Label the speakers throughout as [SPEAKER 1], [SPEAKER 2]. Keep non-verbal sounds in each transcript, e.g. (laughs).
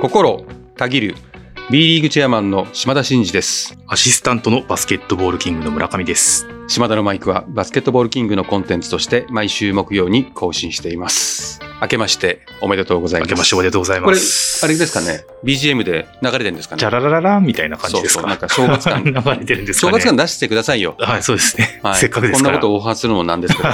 [SPEAKER 1] 心たぎる B リーグチェアマンの島田真二です
[SPEAKER 2] アシスタントのバスケットボールキングの村上です。
[SPEAKER 1] 島田のマイクはバスケットボールキングのコンテンツとして毎週木曜に更新しています明けましておめでとうござい
[SPEAKER 2] 明
[SPEAKER 1] ます
[SPEAKER 2] けましておめでとうござい
[SPEAKER 1] こ
[SPEAKER 2] ま
[SPEAKER 1] れ
[SPEAKER 2] す。
[SPEAKER 1] あれですかね BGM で流れてるんですかね
[SPEAKER 2] じゃららららみたいな感じです
[SPEAKER 1] そうそうなん
[SPEAKER 2] か。
[SPEAKER 1] か正月
[SPEAKER 2] (laughs)
[SPEAKER 1] 感
[SPEAKER 2] 流れてるんですか
[SPEAKER 1] 正
[SPEAKER 2] ね。
[SPEAKER 1] 月感出してくださいよ、
[SPEAKER 2] はい、そうですね。
[SPEAKER 1] はい
[SPEAKER 2] せっかくですから。
[SPEAKER 1] こんなことをオファーするのもなん
[SPEAKER 2] (laughs)
[SPEAKER 1] ですけど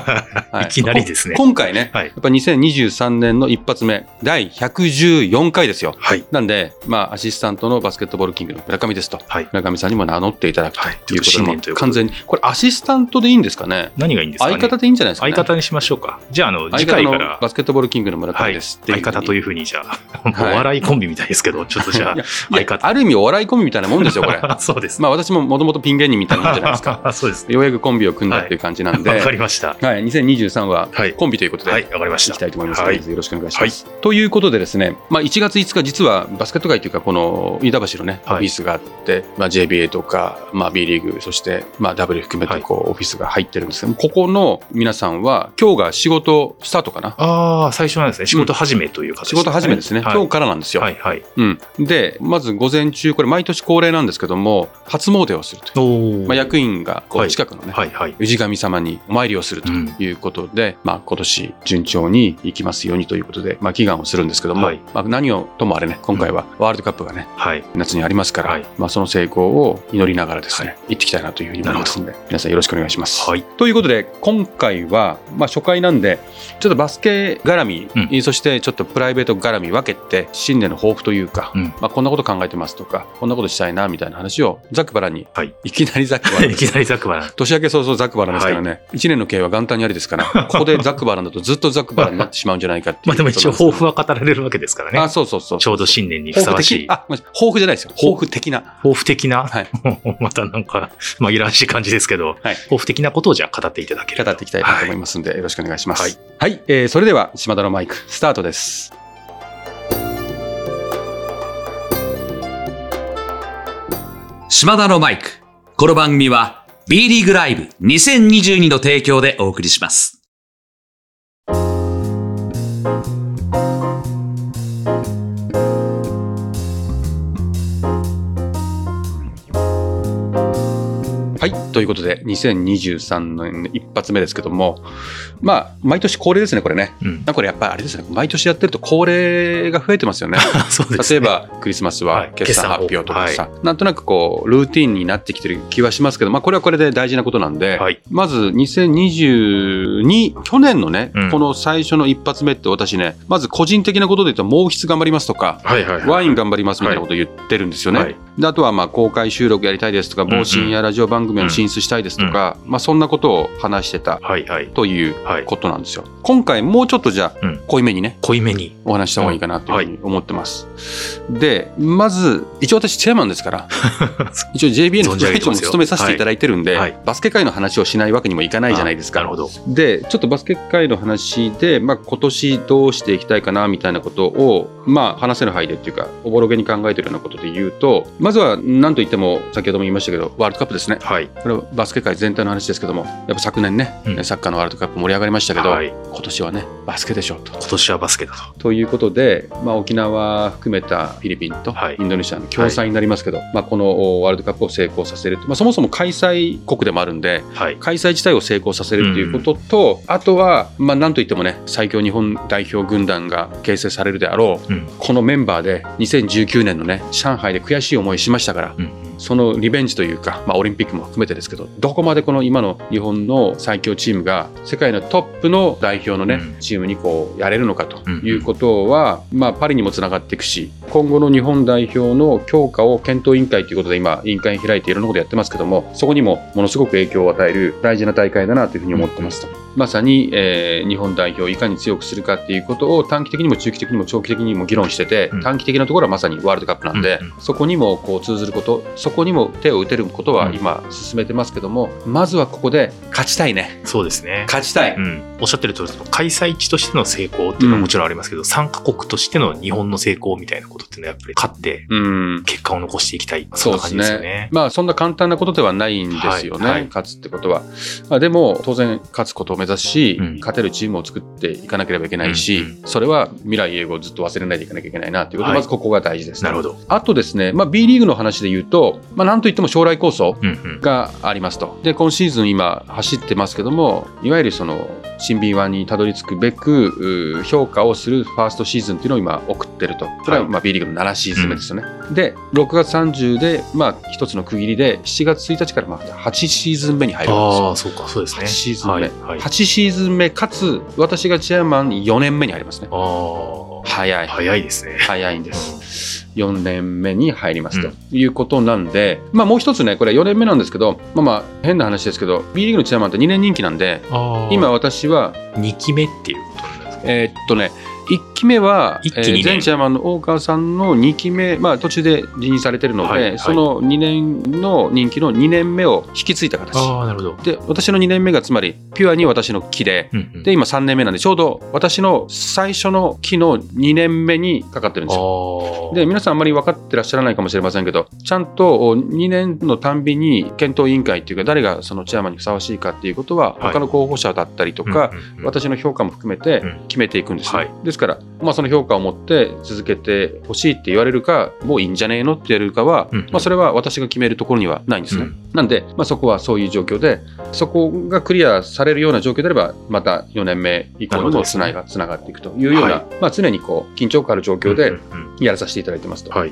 [SPEAKER 2] い、きなりですね
[SPEAKER 1] こ。今回ね、
[SPEAKER 2] はい
[SPEAKER 1] やっぱ2023年の一発目第114回ですよ
[SPEAKER 2] はい。
[SPEAKER 1] なんで、まあ、アシスタントのバスケットボールキングの村上ですと、
[SPEAKER 2] はい
[SPEAKER 1] 村上さんにも名乗っていただくと
[SPEAKER 2] はい。
[SPEAKER 1] いうことで、
[SPEAKER 2] 新
[SPEAKER 1] も
[SPEAKER 2] 年といううこと
[SPEAKER 1] 完全に、これ、アシスタントでいいんですかね、
[SPEAKER 2] で何がいいんですかね
[SPEAKER 1] 相方でいいんじゃないですかね、
[SPEAKER 2] 相方にしましょうか。じゃあ、あの、次
[SPEAKER 1] 相方
[SPEAKER 2] 回
[SPEAKER 1] の
[SPEAKER 2] から
[SPEAKER 1] バ、スケットボールキングの村
[SPEAKER 2] は
[SPEAKER 1] 上
[SPEAKER 2] い。
[SPEAKER 1] ですっていう
[SPEAKER 2] 相方といううふうに、じゃあ、
[SPEAKER 1] はい
[SPEAKER 2] お笑いコンビみたいですけど、ちょっとじゃ
[SPEAKER 1] いや
[SPEAKER 2] 相
[SPEAKER 1] いや
[SPEAKER 2] 方
[SPEAKER 1] ある意味、お笑いコンビみたいなもんですよ、 (laughs) これ。
[SPEAKER 2] あ、 (laughs) そうです。
[SPEAKER 1] まあ、私ももともとピン芸人みたいなもんじゃないですか。
[SPEAKER 2] (laughs) そうです。
[SPEAKER 1] ようやくコンビを組んだっていう感じなんで、
[SPEAKER 2] わ
[SPEAKER 1] は
[SPEAKER 2] か
[SPEAKER 1] い、
[SPEAKER 2] りました。
[SPEAKER 1] 2023は
[SPEAKER 2] はい
[SPEAKER 1] コンビということで、、
[SPEAKER 2] はいい、わかりまし
[SPEAKER 1] きた
[SPEAKER 2] た。
[SPEAKER 1] いと思いますの
[SPEAKER 2] は
[SPEAKER 1] で、
[SPEAKER 2] い
[SPEAKER 1] よろしくお願いします。ということでですね、まあ、1月5日、実はバスケット界というか、この飯田橋のね、
[SPEAKER 2] はい
[SPEAKER 1] オフィスがあって、まあ、JBA とか、まあ、B リーグ、そして、まあ、W 含めてこう、オフィスが入ってるんですけども、ここの皆さんは、今日が仕事スタートかな
[SPEAKER 2] ああ、最初なんですね。仕事始めという形
[SPEAKER 1] 仕事始めですね、
[SPEAKER 2] はい
[SPEAKER 1] 今日からなんですよ、
[SPEAKER 2] はい、はい。
[SPEAKER 1] うん、でまず午前中これ毎年恒例なんですけども初詣をするという、
[SPEAKER 2] おー
[SPEAKER 1] まあ、役員がこ
[SPEAKER 2] は
[SPEAKER 1] う
[SPEAKER 2] い
[SPEAKER 1] 近くのね、
[SPEAKER 2] はい、はい。
[SPEAKER 1] 氏神様にお参りをすると
[SPEAKER 2] うん
[SPEAKER 1] いうことで、まあ、今年順調にいきますようにということで、まあ、祈願をするんですけども、
[SPEAKER 2] はい
[SPEAKER 1] まあ、何をともあれね今回はワールドカップがね
[SPEAKER 2] はい。
[SPEAKER 1] 夏にありますから、
[SPEAKER 2] はい
[SPEAKER 1] まあ、その成功を祈りながらですね、
[SPEAKER 2] はい
[SPEAKER 1] 行ってきたいなというふうに思いますので皆さんよろしくお願いします。
[SPEAKER 2] はい。
[SPEAKER 1] ということで今回は、まあ、初回なんでちょっとバスケ絡み、
[SPEAKER 2] う
[SPEAKER 1] そしてちょっとプライベート絡み分けて新年の抱負というか、
[SPEAKER 2] うん
[SPEAKER 1] まあ、こんなこと考えてますとかこんなことしたいなみたいな話をザックバランに、
[SPEAKER 2] はい
[SPEAKER 1] きなりザックバラン
[SPEAKER 2] (laughs) いきなりざっくばらん。
[SPEAKER 1] 年明け早々ザックバランですからね、一1年の経営は元旦にありですからここでザックバランだとずっとザックバランになってしまうんじゃないかっていう
[SPEAKER 2] (laughs) まあでも一応抱負
[SPEAKER 1] は
[SPEAKER 2] は語られるわけですからね。
[SPEAKER 1] あそうそうそう
[SPEAKER 2] ちょうど新年にふさ
[SPEAKER 1] 抱
[SPEAKER 2] わ
[SPEAKER 1] 負
[SPEAKER 2] し
[SPEAKER 1] 的
[SPEAKER 2] い。
[SPEAKER 1] あごめんなさい抱負じゃないですよ抱負的な
[SPEAKER 2] 抱負的な、
[SPEAKER 1] はい
[SPEAKER 2] (laughs) またなんか紛らわしい感じですけど、
[SPEAKER 1] はい
[SPEAKER 2] 抱負的なことをじゃあ語っていただければ。
[SPEAKER 1] 語っていきたいなと思いますので、よろしくお願いします。は
[SPEAKER 2] はいい、
[SPEAKER 1] えーそれでは島田のマイクスタートです。
[SPEAKER 3] 島田のマイク。この番組は B リーグライブ2022の提供でお送りします。
[SPEAKER 1] はい、ということで2023年一発目ですけども、まあ毎年恒例ですねこれね。
[SPEAKER 2] うん
[SPEAKER 1] なんかこれやっぱりあれですね毎年やってると恒例が増えてますよね。
[SPEAKER 2] (laughs) そうです
[SPEAKER 1] 例え
[SPEAKER 2] ね。
[SPEAKER 1] ばクリスマス
[SPEAKER 2] は
[SPEAKER 1] はい決算発表とかさ、なんとなくこうルーティンになってきてる気はしますけど、まあ、これはこれで大事なことなんで、
[SPEAKER 2] はい
[SPEAKER 1] まず2022去年のね、
[SPEAKER 2] うん
[SPEAKER 1] この最初の一発目って私ねまず個人的なことで言うと毛筆頑張りますとか、
[SPEAKER 2] はいはいはい。
[SPEAKER 1] ワイン頑張りますみたいなことを言ってるんですよね。
[SPEAKER 2] はい
[SPEAKER 1] であとはまあ公開収録やりたいですとか、
[SPEAKER 2] うん
[SPEAKER 1] 冒信やラジオ番組に進出したいですとか、まあ、そんなことを話してた
[SPEAKER 2] はいはい。
[SPEAKER 1] という
[SPEAKER 2] はい。
[SPEAKER 1] ことなんですよ。今回、もうちょっとじゃあ
[SPEAKER 2] うん、
[SPEAKER 1] 濃いめにね、
[SPEAKER 2] 濃いめに。
[SPEAKER 1] お話した方がいいかなというふうに思ってます。で、まず、一応私、チェアマンです
[SPEAKER 2] (laughs)
[SPEAKER 1] から、一応 JBA の
[SPEAKER 2] 存じ上
[SPEAKER 1] 会
[SPEAKER 2] げて
[SPEAKER 1] 長
[SPEAKER 2] ま
[SPEAKER 1] も
[SPEAKER 2] すよ
[SPEAKER 1] 務めさせていただいてるんで、
[SPEAKER 2] はいは
[SPEAKER 1] バスケ界の話をしないわけにもいか (laughs) ないじゃないですか。
[SPEAKER 2] (laughs) なるほど。
[SPEAKER 1] でちょっとバスケ界の話で、まあ、今年どうしていきたいかなみたいなことを、まあ、話せる範囲でっていうかおぼろげに考えてるようなことで言うとまずは何といっても先ほども言いましたけどワールドカップですね
[SPEAKER 2] はい。
[SPEAKER 1] これはバスケ界全体の話ですけどもやっぱ昨年ね、
[SPEAKER 2] うん
[SPEAKER 1] サッカーのワールドカップ盛り上がりましたけど、
[SPEAKER 2] はい
[SPEAKER 1] 今年はねバスケでしょうと。
[SPEAKER 2] 今年はバスケだと。
[SPEAKER 1] ということで、まあ、沖縄含めたフィリピンと
[SPEAKER 2] はい
[SPEAKER 1] インドネシアの共催になりますけど、まあ、このワールドカップを成功させる、まあ、そもそも開催国でもあるんで、
[SPEAKER 2] はい。
[SPEAKER 1] 開催自体を成功させるっていうことと、あとは、まあ、なんといってもね最強日本代表軍団が形成されるであろう
[SPEAKER 2] うん。
[SPEAKER 1] このメンバーで2019年のね上海で悔しい思いしましたから。
[SPEAKER 2] うん。
[SPEAKER 1] そのリベンジというか、まあ、オリンピックも含めてですけどどこまでこの今の日本の最強チームが世界のトップの代表のね、
[SPEAKER 2] うん
[SPEAKER 1] チームにこうやれるのかと
[SPEAKER 2] うん
[SPEAKER 1] いうことは、まあ、パリにもつながっていくし今後の日本代表の強化を検討委員会ということで今委員会開いていろんなことやってますけどもそこにもものすごく影響を与える大事な大会だなというふうに思ってますと。まさに、えー日本代表をいかに強くするかっていうことを短期的にも中期的にも長期的にも議論してて、
[SPEAKER 2] うん
[SPEAKER 1] 短期的なところはまさにワールドカップなんで、
[SPEAKER 2] うんうん
[SPEAKER 1] そこにもこう通ずることそこにも手を打てることは今進めてますけども、まずはここで勝ちたいね
[SPEAKER 2] そうですね。
[SPEAKER 1] 勝ちたい、
[SPEAKER 2] うん、おっしゃってる通り開催地としての成功っていうのはもちろんありますけど、参加国としての日本の成功みたいなことっていうのはやっぱり勝って
[SPEAKER 1] うん、
[SPEAKER 2] 結果を残していきたい
[SPEAKER 1] そう
[SPEAKER 2] そんな
[SPEAKER 1] です
[SPEAKER 2] 感じですよ
[SPEAKER 1] ね
[SPEAKER 2] ね。。
[SPEAKER 1] まあそんな簡単なことではないんですよね、
[SPEAKER 2] はいはい
[SPEAKER 1] 勝つってことは。まあでも当然勝つことを目目指すし、
[SPEAKER 2] うん
[SPEAKER 1] 勝てるチームを作っていかなければいけないし、
[SPEAKER 2] うん
[SPEAKER 1] それは未来英語をずっと忘れないといけなきゃいけないなということで、
[SPEAKER 2] はい
[SPEAKER 1] まずここが大事です、
[SPEAKER 2] なるほど。
[SPEAKER 1] あとですね、まあ、B リーグの話で言うと、まあ、なんといっても将来構想
[SPEAKER 2] うんうん。
[SPEAKER 1] がありますと。で、今シーズン今走ってますけども、いわゆるその、新 B1 にたどり着くべく、う評価をするファーストシーズンっていうのを今送ってると。それは
[SPEAKER 2] はい
[SPEAKER 1] まあ B リーグの7シーズン目ですよね。で、6月30で、まあ一つの区切りで、7月1日からまあ8シーズン目に入るんです
[SPEAKER 2] あ
[SPEAKER 1] よ。
[SPEAKER 2] あ、そうか、そうですね。
[SPEAKER 1] 8シーズン目
[SPEAKER 2] はい。はい、あ
[SPEAKER 1] 8シーズン目、かつ、私がチェアマン4年目に入りますね。
[SPEAKER 2] あ、
[SPEAKER 1] 早い。
[SPEAKER 2] 早いですね。
[SPEAKER 1] 早いんです。4年目に入りますと
[SPEAKER 2] うん
[SPEAKER 1] いうことなんで、まあもう一つね、これ4年目なんですけど、まあまあ変な話ですけど、B リーグのチェアマンって2年任期なんで、
[SPEAKER 2] あ
[SPEAKER 1] 今、私は、
[SPEAKER 2] 2期目っていうことなんですね。
[SPEAKER 1] えーっとね、1期目は、
[SPEAKER 2] 一期二年
[SPEAKER 1] 前チェアマンの大川さんの2期目、まあ途中で辞任されてるので、
[SPEAKER 2] はいはい
[SPEAKER 1] その2年の任期の2年目を引き継いだ形。
[SPEAKER 2] ああ、なるほど。
[SPEAKER 1] で、私の2年目がつまり、ピュアに私の木で、
[SPEAKER 2] うんうん、
[SPEAKER 1] で、今3年目なんで、ちょうど私の最初の木の2年目にかかってるんですよ。
[SPEAKER 2] ああ。
[SPEAKER 1] で皆さんあまり分かってらっしゃらないかもしれませんけどちゃんとお2年のたんびに検討委員会っていうか誰がそのチェアマンにふさわしいかっていうことは
[SPEAKER 2] はい
[SPEAKER 1] 他の候補者だったりと
[SPEAKER 2] うん
[SPEAKER 1] か、
[SPEAKER 2] うんうん、
[SPEAKER 1] 私の評価も含めて
[SPEAKER 2] うん
[SPEAKER 1] 決めていくんですよ、
[SPEAKER 2] はい
[SPEAKER 1] ですから、まあ、その評価を持って続けてほしいって言われるかもういいんじゃねえのって言われるかは、
[SPEAKER 2] うんうん
[SPEAKER 1] まあ、それは私が決めるところにはないんですね、
[SPEAKER 2] うん
[SPEAKER 1] なんで、まあ、そこはそういう状況でそこがクリアされるような状況であればまた4年目以降
[SPEAKER 2] なる
[SPEAKER 1] に
[SPEAKER 2] ほ
[SPEAKER 1] も
[SPEAKER 2] どです
[SPEAKER 1] つ
[SPEAKER 2] ね
[SPEAKER 1] ながつながっていくというような、
[SPEAKER 2] はい
[SPEAKER 1] まあ、常にこう緊張感ある状況で、
[SPEAKER 2] うんうん
[SPEAKER 1] やらさせていただいてます
[SPEAKER 2] うん
[SPEAKER 1] と。
[SPEAKER 2] はい。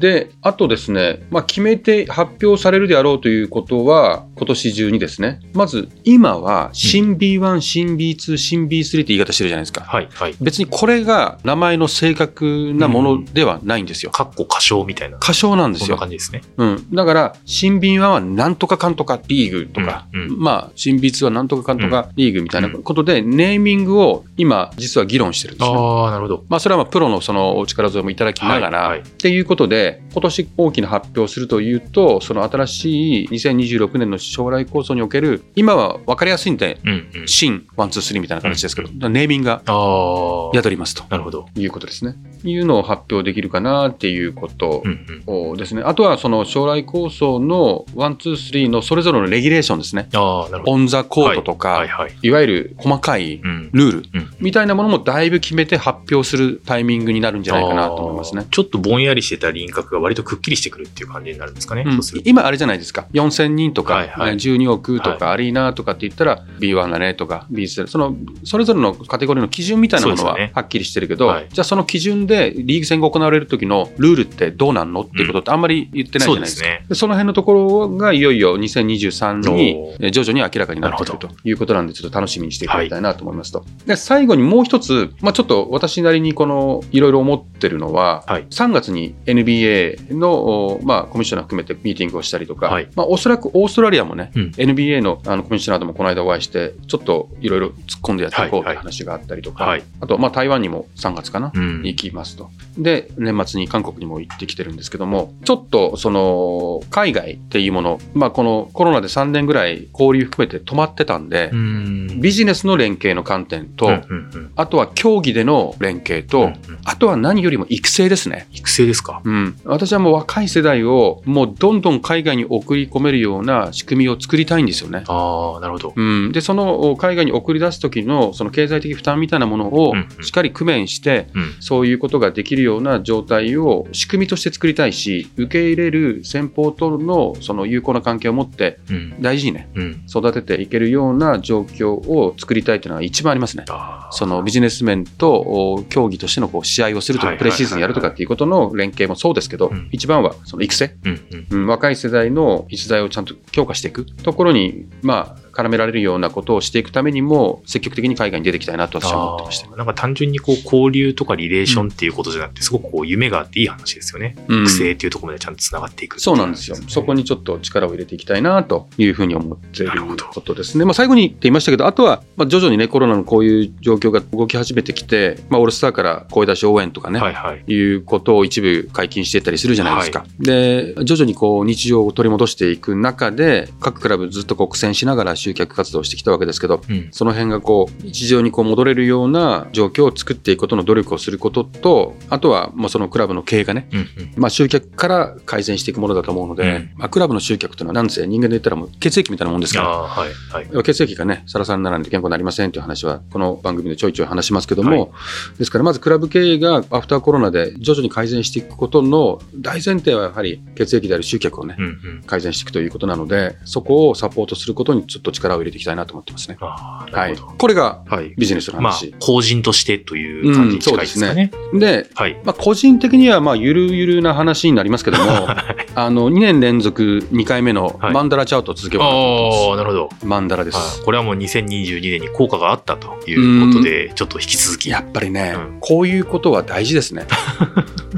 [SPEAKER 1] で、あとですね、まあ、決めて発表されるであろうということは、今年中にですね、まず今は新 B1、新 B2、新 B3 って言い方してるじゃないですか。
[SPEAKER 2] はい。はい。
[SPEAKER 1] 別にこれが名前の正確なものではないんですよ。
[SPEAKER 2] かっこ歌唱みたいな。
[SPEAKER 1] 過小なんで
[SPEAKER 2] そ
[SPEAKER 1] す
[SPEAKER 2] んな
[SPEAKER 1] よ。
[SPEAKER 2] 感じですね。
[SPEAKER 1] うん。だから、新 B1 はなんとかかんとかリーグとか、
[SPEAKER 2] うんうん
[SPEAKER 1] まあ、新 B2 はなんとかかんとかリーグみたいなことで、ネーミングを今、実は議論してるんですね。
[SPEAKER 2] ああ、なるほど。
[SPEAKER 1] まあ、それはまあプロのそのお力添えもいただきながら、
[SPEAKER 2] はいはい
[SPEAKER 1] っていうことで、今年大きな発表をするというと、その新しい2026年の将来構想における、今は分かりやすいんで、
[SPEAKER 2] うんうん。
[SPEAKER 1] 新123みたいな形ですけど、
[SPEAKER 2] う
[SPEAKER 1] ネーミングが
[SPEAKER 2] ああ。
[SPEAKER 1] 宿りますと
[SPEAKER 2] なるほど。
[SPEAKER 1] いうことですね。いうのを発表できるかなっていうこと
[SPEAKER 2] うんうん。
[SPEAKER 1] をですね。あとはその将来構想の123のそれぞれのレギュレーションですね。
[SPEAKER 2] ああ、なるほど。
[SPEAKER 1] オン・ザ・コートとか、
[SPEAKER 2] はい
[SPEAKER 1] い
[SPEAKER 2] はい。
[SPEAKER 1] わゆる細かい
[SPEAKER 2] うん。
[SPEAKER 1] ルール
[SPEAKER 2] うん
[SPEAKER 1] みたいなものもだいぶ決めて発表するタイミングになるんじゃないかなと思います
[SPEAKER 2] あ
[SPEAKER 1] ね
[SPEAKER 2] ー。ちょっとぼんやりしてた輪郭が割とくっきりしてくるっていう感じになるんですかね。
[SPEAKER 1] うん
[SPEAKER 2] そうすると。
[SPEAKER 1] 今あれじゃないですか4000人とか、
[SPEAKER 2] はいはい
[SPEAKER 1] 12億とか、アリーナとかって言ったら B1 だねとか B2 そのそれぞれのカテゴリーの基準みたいなもの
[SPEAKER 2] そう
[SPEAKER 1] は
[SPEAKER 2] ですよね
[SPEAKER 1] はっきりしてるけど、
[SPEAKER 2] はい
[SPEAKER 1] じゃあその基準でリーグ戦が行われる時のルールってどうなんのっていうことってあんまり言ってないじゃ
[SPEAKER 2] そう
[SPEAKER 1] ない
[SPEAKER 2] で
[SPEAKER 1] です
[SPEAKER 2] す
[SPEAKER 1] か。
[SPEAKER 2] ね。
[SPEAKER 1] でその辺のところがいよいよ2023
[SPEAKER 2] お
[SPEAKER 1] に
[SPEAKER 2] ー
[SPEAKER 1] えー徐々に明らかになってく
[SPEAKER 2] なる
[SPEAKER 1] る
[SPEAKER 2] ほ
[SPEAKER 1] ということなんで、ちょっと楽しみにしていただきたいなと思いますと。で、最後にもう一つ、まあ、ちょっと私なりにこのいろいろ思ってるのは、
[SPEAKER 2] はい
[SPEAKER 1] 3月に NBA の、おまあ、コミッショナー含めてミーティングをしたりとか、
[SPEAKER 2] はい
[SPEAKER 1] まあ、おそらくオーストラリアもね、
[SPEAKER 2] うん
[SPEAKER 1] NBA のあのコミッショナーともこの間お会いして、ちょっといろいろ突っ込んでやっていこうと
[SPEAKER 2] はいいうはい
[SPEAKER 1] 話があったりとか、
[SPEAKER 2] はい。
[SPEAKER 1] あと、まあ、台湾にも3月かな、
[SPEAKER 2] うん
[SPEAKER 1] 行きますと。で、年末に韓国にも行ってきてるんですけども、ちょっとその海外っていうもの、まあこのコロナで3年ぐらい交流含めて止まってたんで
[SPEAKER 2] う、ん。
[SPEAKER 1] ビジネスの連携の観点と、
[SPEAKER 2] うんうんうん
[SPEAKER 1] あとは競技での連携
[SPEAKER 2] う
[SPEAKER 1] と、
[SPEAKER 2] んうん
[SPEAKER 1] あとは何よりも育成ですね。
[SPEAKER 2] 育成ですか。
[SPEAKER 1] うん、私はもう若い世代をもうどんどん海外に送り込めるような仕組みを作りたいんですよね。
[SPEAKER 2] ああ、なるほど。
[SPEAKER 1] うん、でそのお海外に送り出す時のその経済的負担みたいなものを
[SPEAKER 2] うんうん
[SPEAKER 1] しっかり工面して、
[SPEAKER 2] うん
[SPEAKER 1] そういうことができるような状態を仕組みとして作りたいし受け入れる先方とのその有効な関係を持って
[SPEAKER 2] うん。
[SPEAKER 1] 大事にね
[SPEAKER 2] うん。
[SPEAKER 1] 育てていけるような状況を作りたいというのが一番ありますね。
[SPEAKER 2] ああ。
[SPEAKER 1] そのビジネス面とお競技としてのこう試合をすると
[SPEAKER 2] はい
[SPEAKER 1] かプレシーズンやるとかっていうことの連携もそうですけど、
[SPEAKER 2] うん
[SPEAKER 1] 一番はその育成
[SPEAKER 2] うんうん。
[SPEAKER 1] うん、若い世代の一材をちゃんと強化していくところに、まあ、絡められるようなことをしていくためにも積極的に海外に出ていきたいなと私は思ってました、
[SPEAKER 2] あーなんか単純にこう交流とかリレーションっていうことじゃなくて、すごくこう夢があっていい話ですよね。
[SPEAKER 1] うん
[SPEAKER 2] 育成っていうところまでちゃんとつながっていくってい
[SPEAKER 1] そうなんですよ、そこ
[SPEAKER 2] に
[SPEAKER 1] にちょっと力を入れていきたいなというふうに思っている
[SPEAKER 2] なるほど
[SPEAKER 1] ことですね、まあ、最後に言っていましたけどあとはまあ徐々にねコロナのこういう状況が動き始めてきて、まあ、オールスターから声出し応援とかね、
[SPEAKER 2] はいはい。
[SPEAKER 1] いうことを一部解禁していったりするじゃないですか。で、徐々にこう日常を取り戻していく中で、各クラブずっとこう苦戦しながら集客活動をしてきたわけですけど、
[SPEAKER 2] うん
[SPEAKER 1] その辺がこう日常にこう戻れるような状況を作っていくことの努力をすることとあとはもうそのクラブの経営がね、
[SPEAKER 2] うんうん
[SPEAKER 1] まあ、集客から改善していくものだと思うので、
[SPEAKER 2] うん
[SPEAKER 1] まあ、クラブの集客というのはなんせ人間で言ったらもう血液みたいなもんです
[SPEAKER 2] あ
[SPEAKER 1] から。
[SPEAKER 2] あはいはい
[SPEAKER 1] 要は血液がね、サラサラにならないと健康になりませんという話は、この番組でちょいちょい話しますけども、ですからまずクラブ経営がアフターコロナで徐々に改善していくことの大前提はやはり血液である集客をね、
[SPEAKER 2] うんうん
[SPEAKER 1] 改善していくということなので、そこをサポートすることにちょっと力を入れていきたいなと思ってますね。
[SPEAKER 2] ああ
[SPEAKER 1] は。
[SPEAKER 2] ないるほど
[SPEAKER 1] これが
[SPEAKER 2] はい
[SPEAKER 1] ビジネスの
[SPEAKER 2] まあ
[SPEAKER 1] 話。
[SPEAKER 2] 法人としてという感じに近いですかね
[SPEAKER 1] で、
[SPEAKER 2] はい
[SPEAKER 1] まあ、個人的にはまあゆるゆるな話になりますけ
[SPEAKER 2] (laughs)
[SPEAKER 1] ども、あの2年連続2回目の
[SPEAKER 2] はい
[SPEAKER 1] マンダラチャートを続けようかなと思って
[SPEAKER 2] ああ
[SPEAKER 1] ま
[SPEAKER 2] なるほど
[SPEAKER 1] す。マンダラで
[SPEAKER 2] は
[SPEAKER 1] す
[SPEAKER 2] い。これはもう2022年に効果があったということでちょっと引き続き
[SPEAKER 1] やっぱりね、
[SPEAKER 2] うん
[SPEAKER 1] こういうことは大事
[SPEAKER 2] (laughs)
[SPEAKER 1] ですね。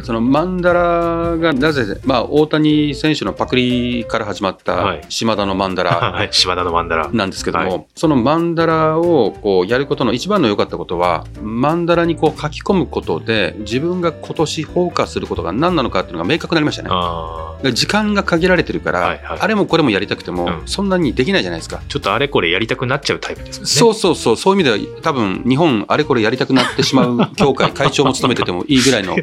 [SPEAKER 1] そのマンダラがなぜ、まあ、大谷選手のパクリから始まっ
[SPEAKER 2] は
[SPEAKER 1] た
[SPEAKER 2] い
[SPEAKER 1] 島田のマンダ
[SPEAKER 2] (laughs)
[SPEAKER 1] ラ
[SPEAKER 2] はい島田のマンダラ
[SPEAKER 1] なんですけども、
[SPEAKER 2] は
[SPEAKER 1] そのマンダラをこうやることの一番の良かったことはマンダラにこう書き込むことで自分が今年フォーカスすることが何なのかっていうのが明確になりましたね。
[SPEAKER 2] ああ
[SPEAKER 1] 時間が限られてるから、
[SPEAKER 2] はいはい
[SPEAKER 1] あれもこれもやりたくても、
[SPEAKER 2] うん
[SPEAKER 1] そんなにできないじゃないですか。
[SPEAKER 2] ちょっとあれこれやりたくなっちゃうタイプですもんね
[SPEAKER 1] そうそうそう、そういう意味では、多分日本、あれこれやりたくなってしまう協会、会長も務めててもいいぐらいのレ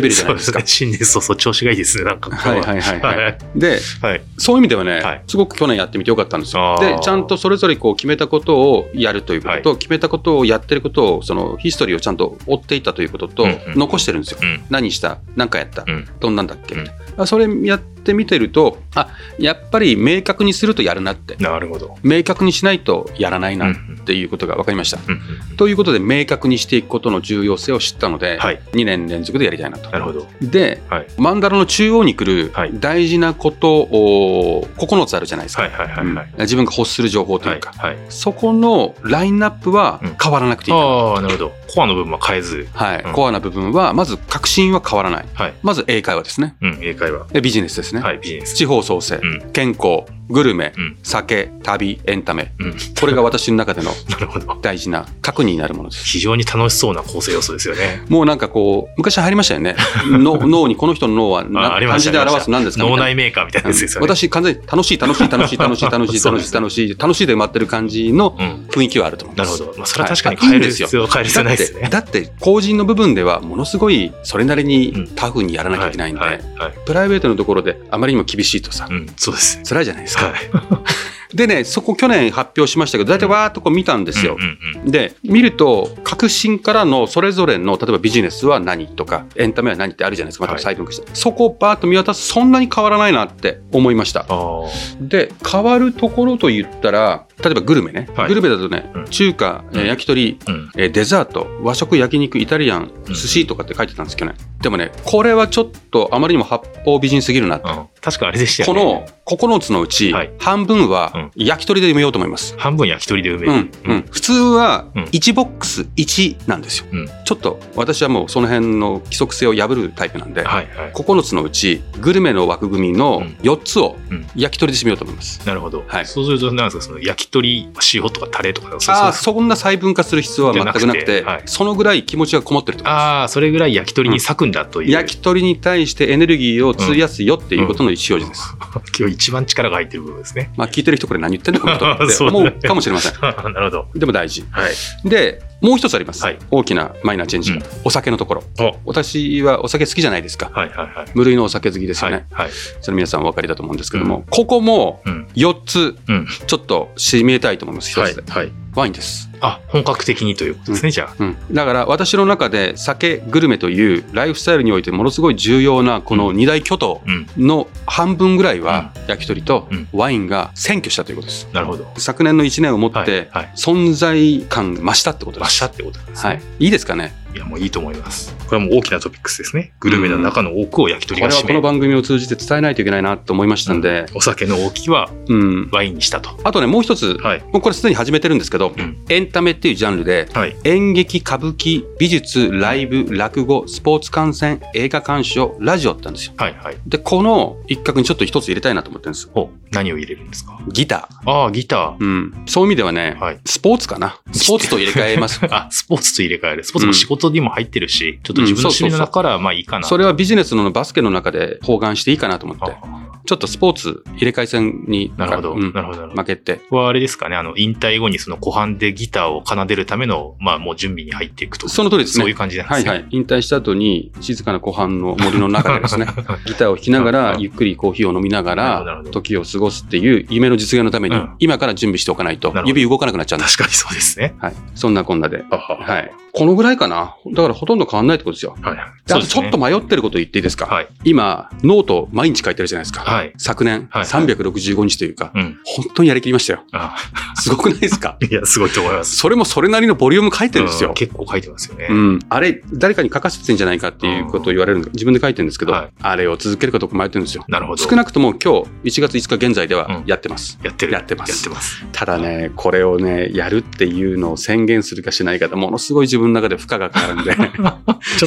[SPEAKER 1] ベルじゃないですか。
[SPEAKER 2] そうですね新年早々調子がいいですねなん (laughs) か
[SPEAKER 1] はいはいはいはい。
[SPEAKER 2] はい
[SPEAKER 1] で、
[SPEAKER 2] はい
[SPEAKER 1] そういう意味ではね、
[SPEAKER 2] はい
[SPEAKER 1] すごく去年やってみてよかったんですよ
[SPEAKER 2] あ。ー
[SPEAKER 1] で、ちゃんとそれぞれこう決めたことをやるということと、決めたことをやってることを、そのヒストリーをちゃんと追っていったということと、
[SPEAKER 2] うんうん
[SPEAKER 1] 残してるんですよ。
[SPEAKER 2] うん
[SPEAKER 1] 何した、何かやった、
[SPEAKER 2] うん
[SPEAKER 1] どんなんだっけ、
[SPEAKER 2] うん
[SPEAKER 1] あそれやってみてると、あやっぱり明確にするとやるなって、
[SPEAKER 2] なるほど
[SPEAKER 1] 明確にしないとやらない
[SPEAKER 2] うんう
[SPEAKER 1] なっ
[SPEAKER 2] ん
[SPEAKER 1] ていうことが分かりました。
[SPEAKER 2] うん
[SPEAKER 1] ということで明確にしていくことの重要性を知ったので、
[SPEAKER 2] はい
[SPEAKER 1] 2年連続でやりたいなと。
[SPEAKER 2] なるほど
[SPEAKER 1] で、
[SPEAKER 2] はい
[SPEAKER 1] マンダラの中央に来る
[SPEAKER 2] はい
[SPEAKER 1] 大事なことを9つあるじゃないですか、
[SPEAKER 2] はいはいはいはい
[SPEAKER 1] うん自分が欲する情報と
[SPEAKER 2] はいいう
[SPEAKER 1] か、
[SPEAKER 2] はい
[SPEAKER 1] そこのラインナップは
[SPEAKER 2] うん
[SPEAKER 1] 変わらなくていい、
[SPEAKER 2] ああなるほどコアの部分は変えず
[SPEAKER 1] はい
[SPEAKER 2] うん
[SPEAKER 1] コアな部分はまず革新は変わらない
[SPEAKER 2] はい
[SPEAKER 1] まず英会話ですね
[SPEAKER 2] うん英会話
[SPEAKER 1] でビジネスですね、
[SPEAKER 2] はいビジネス
[SPEAKER 1] 地方創生、
[SPEAKER 2] うん
[SPEAKER 1] 健康グルメ、
[SPEAKER 2] うん
[SPEAKER 1] 酒旅エンタメ
[SPEAKER 2] うん
[SPEAKER 1] これが私の中での
[SPEAKER 2] (laughs) なるほど
[SPEAKER 1] 大事な核になるものです
[SPEAKER 2] 非常に楽しそうな構成要素ですよね
[SPEAKER 1] もうなんかこう、昔流行りましたよね。の
[SPEAKER 2] (laughs)
[SPEAKER 1] 脳に、この人の脳は
[SPEAKER 2] あ
[SPEAKER 1] な
[SPEAKER 2] あり
[SPEAKER 1] 漢
[SPEAKER 2] まし
[SPEAKER 1] 字
[SPEAKER 2] た
[SPEAKER 1] で表す何ですか
[SPEAKER 2] 脳
[SPEAKER 1] みたい
[SPEAKER 2] 内メーカーみたいな
[SPEAKER 1] な
[SPEAKER 2] やつです
[SPEAKER 1] う
[SPEAKER 2] よ
[SPEAKER 1] ん
[SPEAKER 2] ね
[SPEAKER 1] 私、完全に楽しい、楽しい、楽しい、楽しい、楽しい、
[SPEAKER 2] (laughs) そう
[SPEAKER 1] 楽
[SPEAKER 2] で
[SPEAKER 1] し
[SPEAKER 2] す
[SPEAKER 1] い、楽しい、楽しいで埋まってる感じの
[SPEAKER 2] うん
[SPEAKER 1] 雰囲気はあると思い
[SPEAKER 2] な
[SPEAKER 1] ま
[SPEAKER 2] るほ
[SPEAKER 1] す。
[SPEAKER 2] ど、まあ、それは確かに変える必要は変える必要ないです
[SPEAKER 1] だ
[SPEAKER 2] ね
[SPEAKER 1] って、だって、個人の部分では、ものすごい、それなりにタフにやらなきゃいけないん
[SPEAKER 2] は
[SPEAKER 1] で、
[SPEAKER 2] いはいはい
[SPEAKER 1] プライベートのところであまりにも厳しいとさ
[SPEAKER 2] う、んそうです
[SPEAKER 1] 辛いじゃないですか。
[SPEAKER 2] はい
[SPEAKER 1] でね、そこ去年発表しましたけど、大体わーっとこう見たんですよ
[SPEAKER 2] うん。うんうん
[SPEAKER 1] で見ると革新からのそれぞれの例えばビジネスは何とかエンタメは何ってあるじゃないですかまた
[SPEAKER 2] はい
[SPEAKER 1] 細分化して、そこをバーッと見渡すそんなに変わらないなって思いました
[SPEAKER 2] ああ
[SPEAKER 1] で変わるところと言ったら例えばグルメね、
[SPEAKER 2] はい
[SPEAKER 1] グルメだとね、
[SPEAKER 2] うん
[SPEAKER 1] 中華、えー
[SPEAKER 2] うん
[SPEAKER 1] 焼き鳥
[SPEAKER 2] うん
[SPEAKER 1] えーデザート和食焼肉イタリアン
[SPEAKER 2] うん
[SPEAKER 1] 寿司とかって書いてたんですけどねでもねこれはちょっとあまりにも八方美人すぎるなって、
[SPEAKER 2] うん確かあれでした
[SPEAKER 1] こ
[SPEAKER 2] よね
[SPEAKER 1] の9つのうち
[SPEAKER 2] はい
[SPEAKER 1] 半分は焼き鳥で埋めようと思います、
[SPEAKER 2] 半分焼き鳥で埋め
[SPEAKER 1] う
[SPEAKER 2] る
[SPEAKER 1] んうん、普通は
[SPEAKER 2] うん
[SPEAKER 1] 1ボックス1なんですよ、
[SPEAKER 2] うん
[SPEAKER 1] ちょっと私はもうその辺の規則性を破るタイプなんで、
[SPEAKER 2] はいはい
[SPEAKER 1] 9つのうちグルメの枠組みの
[SPEAKER 2] うん
[SPEAKER 1] 4つを
[SPEAKER 2] うん
[SPEAKER 1] 焼き鳥で締めようと思います、
[SPEAKER 2] なるほど、
[SPEAKER 1] はい
[SPEAKER 2] そうするとなんですかその焼き鳥塩とかタレとかそう
[SPEAKER 1] ああ
[SPEAKER 2] そう
[SPEAKER 1] そんな細分化する必要は全くなくて
[SPEAKER 2] じゃなくてはい
[SPEAKER 1] そのぐらい気持ちがこもってるってこと
[SPEAKER 2] あーそれぐらい焼き鳥に割くんだという、
[SPEAKER 1] です焼き鳥に対してエネルギーを費やすよっていうことの一表示です、
[SPEAKER 2] 今日一番力が入ってる部分ですね
[SPEAKER 1] まあ、聞いてる人これ何言ってんのかなと思って
[SPEAKER 2] (laughs) そうだ
[SPEAKER 1] 思
[SPEAKER 2] ね
[SPEAKER 1] うかもしれません
[SPEAKER 2] (laughs) なるほど
[SPEAKER 1] でも大事
[SPEAKER 2] はい
[SPEAKER 1] でもう一つあります、
[SPEAKER 2] はい
[SPEAKER 1] 大きなマイナーチェンジが、
[SPEAKER 2] うん
[SPEAKER 1] お酒のところ
[SPEAKER 2] お
[SPEAKER 1] 私はお酒好きじゃないですか
[SPEAKER 2] はいはいはい
[SPEAKER 1] 無類のお酒好きです
[SPEAKER 2] は
[SPEAKER 1] よ
[SPEAKER 2] い
[SPEAKER 1] ね、
[SPEAKER 2] はい
[SPEAKER 1] それ皆さんお分かりだと思うんですけども、
[SPEAKER 2] う
[SPEAKER 1] ここも
[SPEAKER 2] うん
[SPEAKER 1] 4つ
[SPEAKER 2] うん
[SPEAKER 1] ちょっと締めたいと思います一
[SPEAKER 2] はい
[SPEAKER 1] つで、
[SPEAKER 2] はい
[SPEAKER 1] ワインです、
[SPEAKER 2] あ本格的にということですね、じゃあ
[SPEAKER 1] うん、だから私の中で酒グルメというライフスタイルにおいてものすごい重要なこの
[SPEAKER 2] う
[SPEAKER 1] 二大巨頭
[SPEAKER 2] うん
[SPEAKER 1] の半分ぐらいは焼き鳥と
[SPEAKER 2] うん
[SPEAKER 1] ワインが占拠したということです
[SPEAKER 2] なるほど
[SPEAKER 1] 昨年の1年をもっ
[SPEAKER 2] はい
[SPEAKER 1] て
[SPEAKER 2] はい
[SPEAKER 1] 存在感が増したってことで
[SPEAKER 2] 馬
[SPEAKER 1] す、
[SPEAKER 2] 車ってことなんですね、
[SPEAKER 1] はい、いいですかね
[SPEAKER 2] い、やもういいと思いますこれはもう大きなトピックスですねグルメの中の多くを焼
[SPEAKER 1] こ
[SPEAKER 2] き鳥
[SPEAKER 1] れ
[SPEAKER 2] が
[SPEAKER 1] は
[SPEAKER 2] 占
[SPEAKER 1] こ
[SPEAKER 2] め
[SPEAKER 1] の
[SPEAKER 2] る、
[SPEAKER 1] 番組を通じて伝えないといけないなと思いましたんで、
[SPEAKER 2] お酒の大きは
[SPEAKER 1] うん、
[SPEAKER 2] ワインにしたと
[SPEAKER 1] あとねもう一つ
[SPEAKER 2] はい
[SPEAKER 1] もうこれすでに始めてるんですけど、
[SPEAKER 2] うん
[SPEAKER 1] エンタメっていうジャンルで
[SPEAKER 2] はい
[SPEAKER 1] 演劇歌舞伎美術ライブ落語スポーツ観戦映画鑑賞ラジオってあるんですよ
[SPEAKER 2] はいはい
[SPEAKER 1] でこの一角にちょっと一つ入れたいなと思ってるんです
[SPEAKER 2] お何を入れるんですか
[SPEAKER 1] ギタ
[SPEAKER 2] ああギタ
[SPEAKER 1] ー、うん、そういう意味ではね、
[SPEAKER 2] ーはい (laughs)
[SPEAKER 1] スポーツかなスポーツと入れ替えます
[SPEAKER 2] あスポーツと入れ替えるスポーツも仕事事にも入ってるし、ちょっと自分の趣味の中から、まあいいかな。
[SPEAKER 1] それはビジネスのバスケの中で包含していいかなと思って、
[SPEAKER 2] あ
[SPEAKER 1] ちょっとスポーツ入れ替え戦に
[SPEAKER 2] なるほど、
[SPEAKER 1] うん
[SPEAKER 2] なるほど、なるほど。
[SPEAKER 1] 負けて、
[SPEAKER 2] はあれですかね、あの、引退後にその湖畔でギターを奏でるための、まあもう準備に入っていくと。
[SPEAKER 1] その通りですね
[SPEAKER 2] そういう感じなんで
[SPEAKER 1] はい
[SPEAKER 2] すね。
[SPEAKER 1] はい、引退した後に静かな湖畔の森の中でです
[SPEAKER 2] (laughs)
[SPEAKER 1] ねギターを弾きながらゆっくりコーヒーを飲みなが
[SPEAKER 2] なるほどな
[SPEAKER 1] ら
[SPEAKER 2] るほど
[SPEAKER 1] 時を過ごすっていう夢の実現のために、
[SPEAKER 2] うん
[SPEAKER 1] 今から準備しておかないと
[SPEAKER 2] なるほど
[SPEAKER 1] 指動かなくなっちゃうんです、
[SPEAKER 2] 確かにそうですね。
[SPEAKER 1] はい、そんなこんなで、
[SPEAKER 4] あはは
[SPEAKER 1] はい、このぐらいかなだからほとんど変わんないってことですよ
[SPEAKER 2] はい。
[SPEAKER 1] で
[SPEAKER 2] そ
[SPEAKER 1] あ
[SPEAKER 2] う
[SPEAKER 1] と
[SPEAKER 2] です
[SPEAKER 1] ちょ
[SPEAKER 2] ね
[SPEAKER 1] っと迷ってること言っていいですか、
[SPEAKER 2] はい。
[SPEAKER 1] 今ノート毎日書いてるじゃないですか、
[SPEAKER 2] はい。
[SPEAKER 1] 昨年
[SPEAKER 2] はい
[SPEAKER 1] 365日というか、
[SPEAKER 2] うん。
[SPEAKER 1] 本当にやりきりましたよ
[SPEAKER 2] あ
[SPEAKER 1] すごくないですか
[SPEAKER 2] いや、すごいと思います。
[SPEAKER 1] それもそれなりのボリューム書いてるんです
[SPEAKER 2] う
[SPEAKER 1] よ
[SPEAKER 2] ん、結構書いてますよね。
[SPEAKER 1] うん、あれ誰かに書かせてんじゃないかっていうことを言われるんで自分で書いてるんですけど、
[SPEAKER 2] はい
[SPEAKER 1] あれを続けるかどうか迷ってるんですよ
[SPEAKER 2] なるほど。
[SPEAKER 1] 少なくとも今日1月5日現在では
[SPEAKER 2] うん
[SPEAKER 1] やってます、
[SPEAKER 2] やってる。
[SPEAKER 1] やってます
[SPEAKER 2] やってます。
[SPEAKER 1] ただねこれをねやるっていうのを宣言するかしないかでものすごい自分の中で負荷がかかるんで考
[SPEAKER 2] ちょ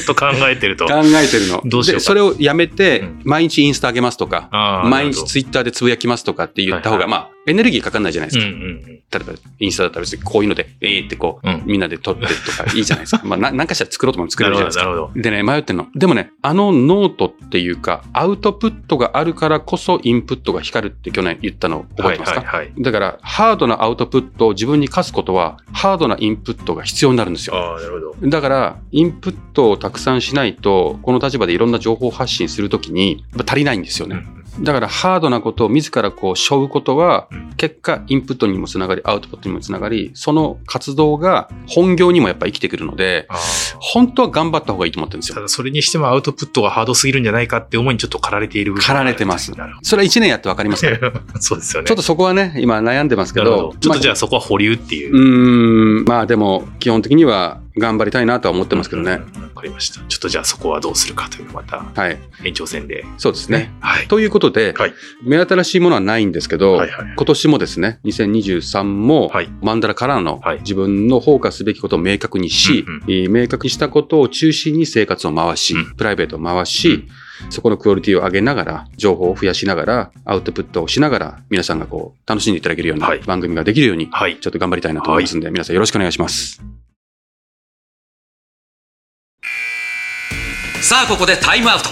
[SPEAKER 2] っと考えてる
[SPEAKER 1] (laughs)
[SPEAKER 2] と。
[SPEAKER 1] えてるの
[SPEAKER 2] どうしよう
[SPEAKER 1] で
[SPEAKER 2] か
[SPEAKER 1] それをやめて、
[SPEAKER 2] うん
[SPEAKER 1] 毎日インスタ上げますとか
[SPEAKER 2] あー
[SPEAKER 1] 毎日ツイッターでつぶやきますとかって言った方が、
[SPEAKER 2] はい
[SPEAKER 1] まあエネルギーかかんないじゃないです
[SPEAKER 2] うん
[SPEAKER 1] か、
[SPEAKER 2] うん
[SPEAKER 1] 例えばインスタだったら別にこういうのでえーってこう、
[SPEAKER 2] うん
[SPEAKER 1] みんなで撮ってとかいいじゃない
[SPEAKER 2] (laughs)
[SPEAKER 1] ですかまあな何かしら作ろうとも
[SPEAKER 2] うん。
[SPEAKER 1] 作
[SPEAKER 2] な
[SPEAKER 1] れる
[SPEAKER 2] る
[SPEAKER 1] じ
[SPEAKER 2] ほ
[SPEAKER 1] ゃない
[SPEAKER 2] ど、
[SPEAKER 1] ですか
[SPEAKER 2] なるほ
[SPEAKER 1] でね、
[SPEAKER 2] ど。
[SPEAKER 1] 迷ってんの。でもね、あのノートっていうか、アウトプットがあるからこそインプットが光るって去年言ったの覚えてますか、
[SPEAKER 2] はいはいはい。
[SPEAKER 1] だから、ハードなアウトプットを自分に課すことは、ハードなインプットが必要になるんですよ。
[SPEAKER 2] ああ、なるほど。
[SPEAKER 1] だから、インプットをたくさんしないと、この立場でいろんな情報発信するときに、やっぱ足りないんですよ
[SPEAKER 2] う
[SPEAKER 1] ね。
[SPEAKER 2] ん
[SPEAKER 1] だから、ハードなことを自らこう、背負うことは
[SPEAKER 2] うん、
[SPEAKER 1] 結果、インプットにもつながり、アウトプットにもつながり、その活動が本業にもやっぱ生きてくるので、
[SPEAKER 2] あー
[SPEAKER 1] 本当は頑張った方がいいと思ってるんですよ
[SPEAKER 2] た。だ、それにしてもアウトプットがハードすぎるんじゃないかって思いにちょっと駆られている部分があ
[SPEAKER 1] 駆
[SPEAKER 2] る
[SPEAKER 1] られてます
[SPEAKER 2] なるほ
[SPEAKER 1] それは1年やって分かりますか
[SPEAKER 2] ど。 (laughs) そうですよね。
[SPEAKER 1] ちょっとそこはね、今悩んでますけ
[SPEAKER 2] な
[SPEAKER 1] ど、
[SPEAKER 2] るほど。ちょっとじ
[SPEAKER 1] ま
[SPEAKER 2] ゃ
[SPEAKER 1] あ
[SPEAKER 2] あそこは保留ってい
[SPEAKER 1] う。
[SPEAKER 2] う
[SPEAKER 1] ーん、まあでも、基本的には頑張りたいなとは思ってますけどね。
[SPEAKER 2] うん。わかりました。ちょっとじゃあそこはどうするかという、また
[SPEAKER 1] はい、
[SPEAKER 2] 延長戦で。
[SPEAKER 1] そうですね。
[SPEAKER 2] はい。
[SPEAKER 1] ということで、
[SPEAKER 2] はい
[SPEAKER 1] 目新しいものはないんですけど、
[SPEAKER 2] はいはい。
[SPEAKER 1] 今年もですね、2023も、
[SPEAKER 2] はい
[SPEAKER 1] マンダラからの
[SPEAKER 2] はい
[SPEAKER 1] 自分のフォーカスすべきことを明確にし、
[SPEAKER 2] うんうん
[SPEAKER 1] えー明確にしたことを中心に生活を回し、
[SPEAKER 2] うん
[SPEAKER 1] プライベートを回し、そこのクオリティを上げながら、情報を増やしながら、アウトプットをしながら、皆さんがこう、楽しんでいただけるような
[SPEAKER 2] はい
[SPEAKER 1] 番組ができるように、
[SPEAKER 2] はい。
[SPEAKER 1] ちょっと頑張りたいなと思いますんで、皆さんよろしくお願いします。
[SPEAKER 3] さあここでタイムアウト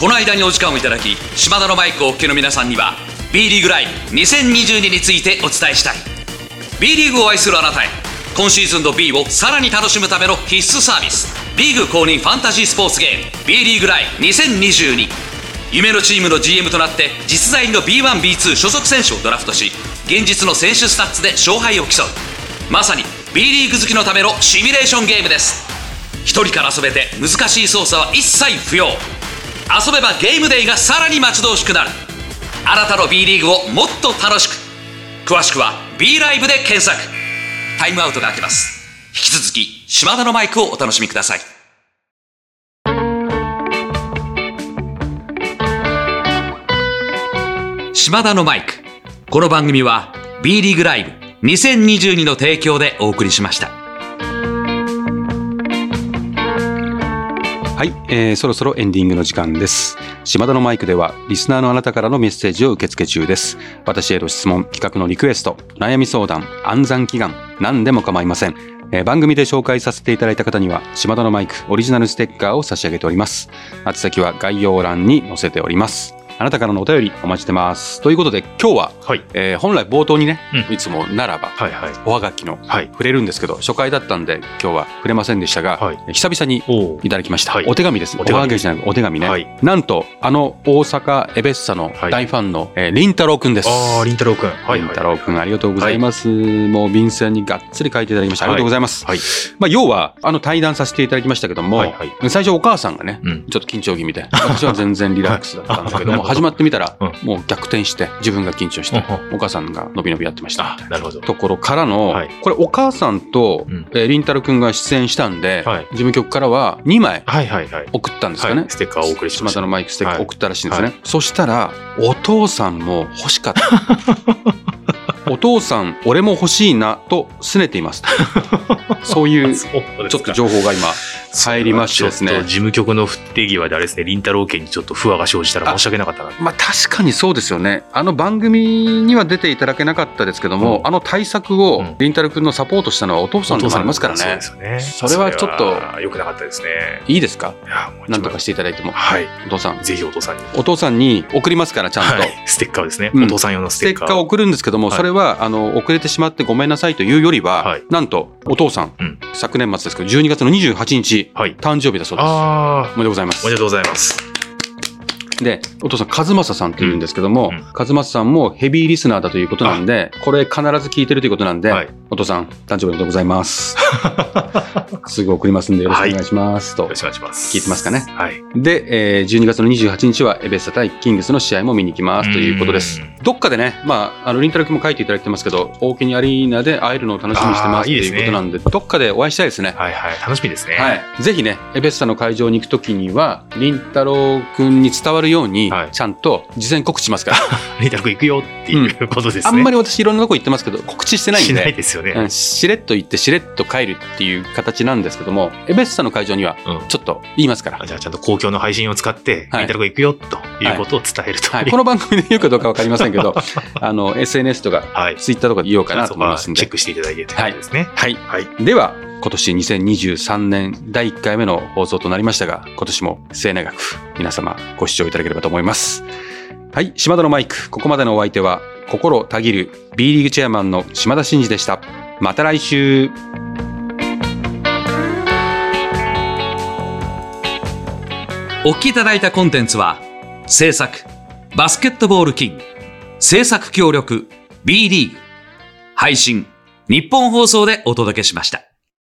[SPEAKER 3] この間にお時間をいただき島田のマイクをお聞きの皆さんには B リーグライブ2022についてお伝えしたい B リーグを愛するあなたへ今シーズンの B をさらに楽しむための必須サービスリーグ公認ファンタジースポーツゲーム B リーグライブ2022夢のチームの GM となって実在の B1B2 所属選手をドラフトし現実の選手スタッツで勝敗を競うまさに B リーグ好きのためのシミュレーションゲームです一人から遊べて難しい操作は一切不要遊べばゲームデイがさらに待ち遠しくなるあなたの B リーグをもっと楽しく詳しくは B ライブで検索タイムアウトが明けます引き続き島田のマイクをお楽しみください島田のマイクこの番組は B リーグライブ2022の提供でお送りしました
[SPEAKER 1] はい、えーそろそろエンディングの時間です。島田のマイクでは、リスナーのあなたからのメッセージを受け付け中です。私への質問、企画のリクエスト、悩み相談、暗算祈願、何でも構いません。えー番組で紹介させていただいた方には、島田のマイクオリジナルステッカーを差し上げております。宛先は概要欄に載せております。あなたからのお便りお待ちしてます。ということで、今日は、
[SPEAKER 2] はい。
[SPEAKER 1] えー本来冒頭にね、
[SPEAKER 2] う
[SPEAKER 1] いつもならば、
[SPEAKER 2] はいはい。
[SPEAKER 1] おはがきの
[SPEAKER 2] はい。
[SPEAKER 1] 触れるんですけど、初回だったんで、今日は触れませんでしたが、
[SPEAKER 2] はい
[SPEAKER 1] 久々に
[SPEAKER 2] お
[SPEAKER 1] いただきました。
[SPEAKER 2] はい
[SPEAKER 1] お手紙です。
[SPEAKER 2] お
[SPEAKER 1] お手
[SPEAKER 2] 手紙
[SPEAKER 1] 紙じゃなくお手紙ね。
[SPEAKER 2] はい
[SPEAKER 1] なんと、あの大阪エベッサの
[SPEAKER 2] はい
[SPEAKER 1] 大ファンの、えー、りんたろうくんです。
[SPEAKER 2] ああ、りんたろうくん。はい、はい。
[SPEAKER 1] りんたろうくんありがとうございます。もう便箋にがっつり書いていただきました。ありがとうございます。
[SPEAKER 2] はい。
[SPEAKER 1] まあ、要は、あの対談させていただきましたけども、
[SPEAKER 2] はいはい
[SPEAKER 1] 最初お母さんがね、
[SPEAKER 2] うん。
[SPEAKER 1] ちょっと緊張気
[SPEAKER 2] (laughs)
[SPEAKER 1] 味で、私は全然リラックスだったんですけど
[SPEAKER 2] はい
[SPEAKER 1] も、
[SPEAKER 2] あ
[SPEAKER 1] 始まってみたら
[SPEAKER 2] うん、
[SPEAKER 1] もう逆転して、自分が緊張して、
[SPEAKER 2] うん
[SPEAKER 1] お母さんがのびのびやってました
[SPEAKER 2] あ。、なるほど。
[SPEAKER 1] ところからの、
[SPEAKER 2] はい
[SPEAKER 1] これお母さんと、
[SPEAKER 2] うん
[SPEAKER 1] えー、りんたろうくんが出演したんで、
[SPEAKER 2] はい
[SPEAKER 1] 事務局からは2枚
[SPEAKER 2] はいはいはい。
[SPEAKER 1] 送ったんですかね、
[SPEAKER 2] はいステッカーをお送りしました
[SPEAKER 1] 島田のマイクステッカー
[SPEAKER 2] はい
[SPEAKER 1] 送ったらしいんですね、そしたらお父さんも欲しかった
[SPEAKER 2] (laughs)
[SPEAKER 1] お父さん、俺も欲しいなと拗ねています。そう
[SPEAKER 2] (laughs)
[SPEAKER 1] いうち
[SPEAKER 2] ょ
[SPEAKER 1] ょっと情報が今、入りましてです
[SPEAKER 2] ちょっと
[SPEAKER 1] ね
[SPEAKER 2] 事。務局の不手際であれですね、林太郎家にちょっと不和が生じたら申し訳なかったな。
[SPEAKER 1] まあ確かにそうですよね。あの番組には出ていただけなかったですけども、
[SPEAKER 2] うん
[SPEAKER 1] あの対策を
[SPEAKER 2] うん
[SPEAKER 1] りんたろくんのサポートしたのはお父さんでもありますから
[SPEAKER 2] お父さん
[SPEAKER 1] ね
[SPEAKER 2] の。そうですよ
[SPEAKER 1] そ
[SPEAKER 2] ね。
[SPEAKER 1] れはちょっと
[SPEAKER 2] それは良くなかったですね。
[SPEAKER 1] いいですか
[SPEAKER 2] いやもう一
[SPEAKER 1] な
[SPEAKER 2] 番
[SPEAKER 1] んとかしていただいても。
[SPEAKER 2] はい。
[SPEAKER 1] お父さん。
[SPEAKER 2] ぜひお父さんに。
[SPEAKER 1] お父さんに送りますから、ちゃんと。
[SPEAKER 2] はい。ステッカーですね。
[SPEAKER 1] うん
[SPEAKER 2] お父さん用のス
[SPEAKER 1] ステ
[SPEAKER 2] テ
[SPEAKER 1] ッ
[SPEAKER 2] ッカ
[SPEAKER 1] カ
[SPEAKER 2] ー。
[SPEAKER 1] ーを送るんですけども、
[SPEAKER 2] はい
[SPEAKER 1] それはあの遅れてしまってごめんなさいというよりは、
[SPEAKER 2] はい
[SPEAKER 1] なんとお父さん、
[SPEAKER 2] うん
[SPEAKER 1] 昨年末ですけど12月の28日
[SPEAKER 2] はい。
[SPEAKER 1] 誕生日だそうです。
[SPEAKER 2] あ
[SPEAKER 1] おめでとうございま
[SPEAKER 2] ー。お
[SPEAKER 1] す
[SPEAKER 2] めでとうございます。
[SPEAKER 1] でお父さん和正さんというんですけども、
[SPEAKER 2] うんうん
[SPEAKER 1] 和正さんもヘビーリスナーだということなんでこれ必ず聞いてるということなんで、
[SPEAKER 2] はい
[SPEAKER 1] お父さん誕生日おめでとうございます
[SPEAKER 2] (laughs)
[SPEAKER 1] すぐ送りますんでよろしくお願いしますと、
[SPEAKER 2] よろしくお願いします。
[SPEAKER 1] 聞いてますかね
[SPEAKER 2] はい。
[SPEAKER 1] で、えー12月の28日はエベッサ対キングスの試合も見に行きますということです
[SPEAKER 2] うん。
[SPEAKER 1] どっかでね、まあ、あのリンタル君も書いていただいてますけど、大きにアリーナで会えるのを楽しみにしてま
[SPEAKER 2] あ
[SPEAKER 1] す
[SPEAKER 2] ーいいです
[SPEAKER 1] と
[SPEAKER 2] ね
[SPEAKER 1] いうことなんで、どっかでお会いしたいですね。
[SPEAKER 2] はいはい。楽しみですね。
[SPEAKER 1] はい、ぜひね、エベッサの会場に行くときには、りんたろうくんに伝わるように
[SPEAKER 2] は、い
[SPEAKER 1] ちゃんと事前告知します
[SPEAKER 2] (laughs)
[SPEAKER 1] から、
[SPEAKER 2] リーダー君行くよっていうことですね。
[SPEAKER 1] あんまり私、いろんなとこ行ってますけど、告知してないん
[SPEAKER 2] し
[SPEAKER 1] で、
[SPEAKER 2] ないですよね。
[SPEAKER 1] うんしれっと行って、しれっと帰るっていう形なんですけども、エベッサの会場には
[SPEAKER 2] うん、
[SPEAKER 1] ちょっと言いますから
[SPEAKER 2] あ、じゃあちゃんと公共の配信を使って、
[SPEAKER 1] はい
[SPEAKER 2] リーダー君行くよということを伝えると
[SPEAKER 1] はい、
[SPEAKER 2] い
[SPEAKER 1] こ
[SPEAKER 2] う。
[SPEAKER 1] の番組で言うかどうか分かりませんけ
[SPEAKER 2] (laughs)
[SPEAKER 1] ど、あの SNS とか、
[SPEAKER 2] はい。
[SPEAKER 1] ツイッターとかで言おうかなと
[SPEAKER 2] そこ
[SPEAKER 1] 思い
[SPEAKER 2] は
[SPEAKER 1] ます
[SPEAKER 2] チ
[SPEAKER 1] ん
[SPEAKER 2] ェ
[SPEAKER 1] で
[SPEAKER 2] ッ。クしていただいてということですね。
[SPEAKER 1] はい、
[SPEAKER 2] はい。
[SPEAKER 1] では、今年2023年第1回目の放送となりましたが、今年も末永く皆様ご視聴いただければと思います。はい、島田のマイク、ここまでのお相手は、心たぎる B リーグチェアマンの島田真二でした。また来週。
[SPEAKER 3] お聞きいただいたコンテンツは、制作、バスケットボールキング、制作協力、B リーグ、配信、日本放送でお届けしました。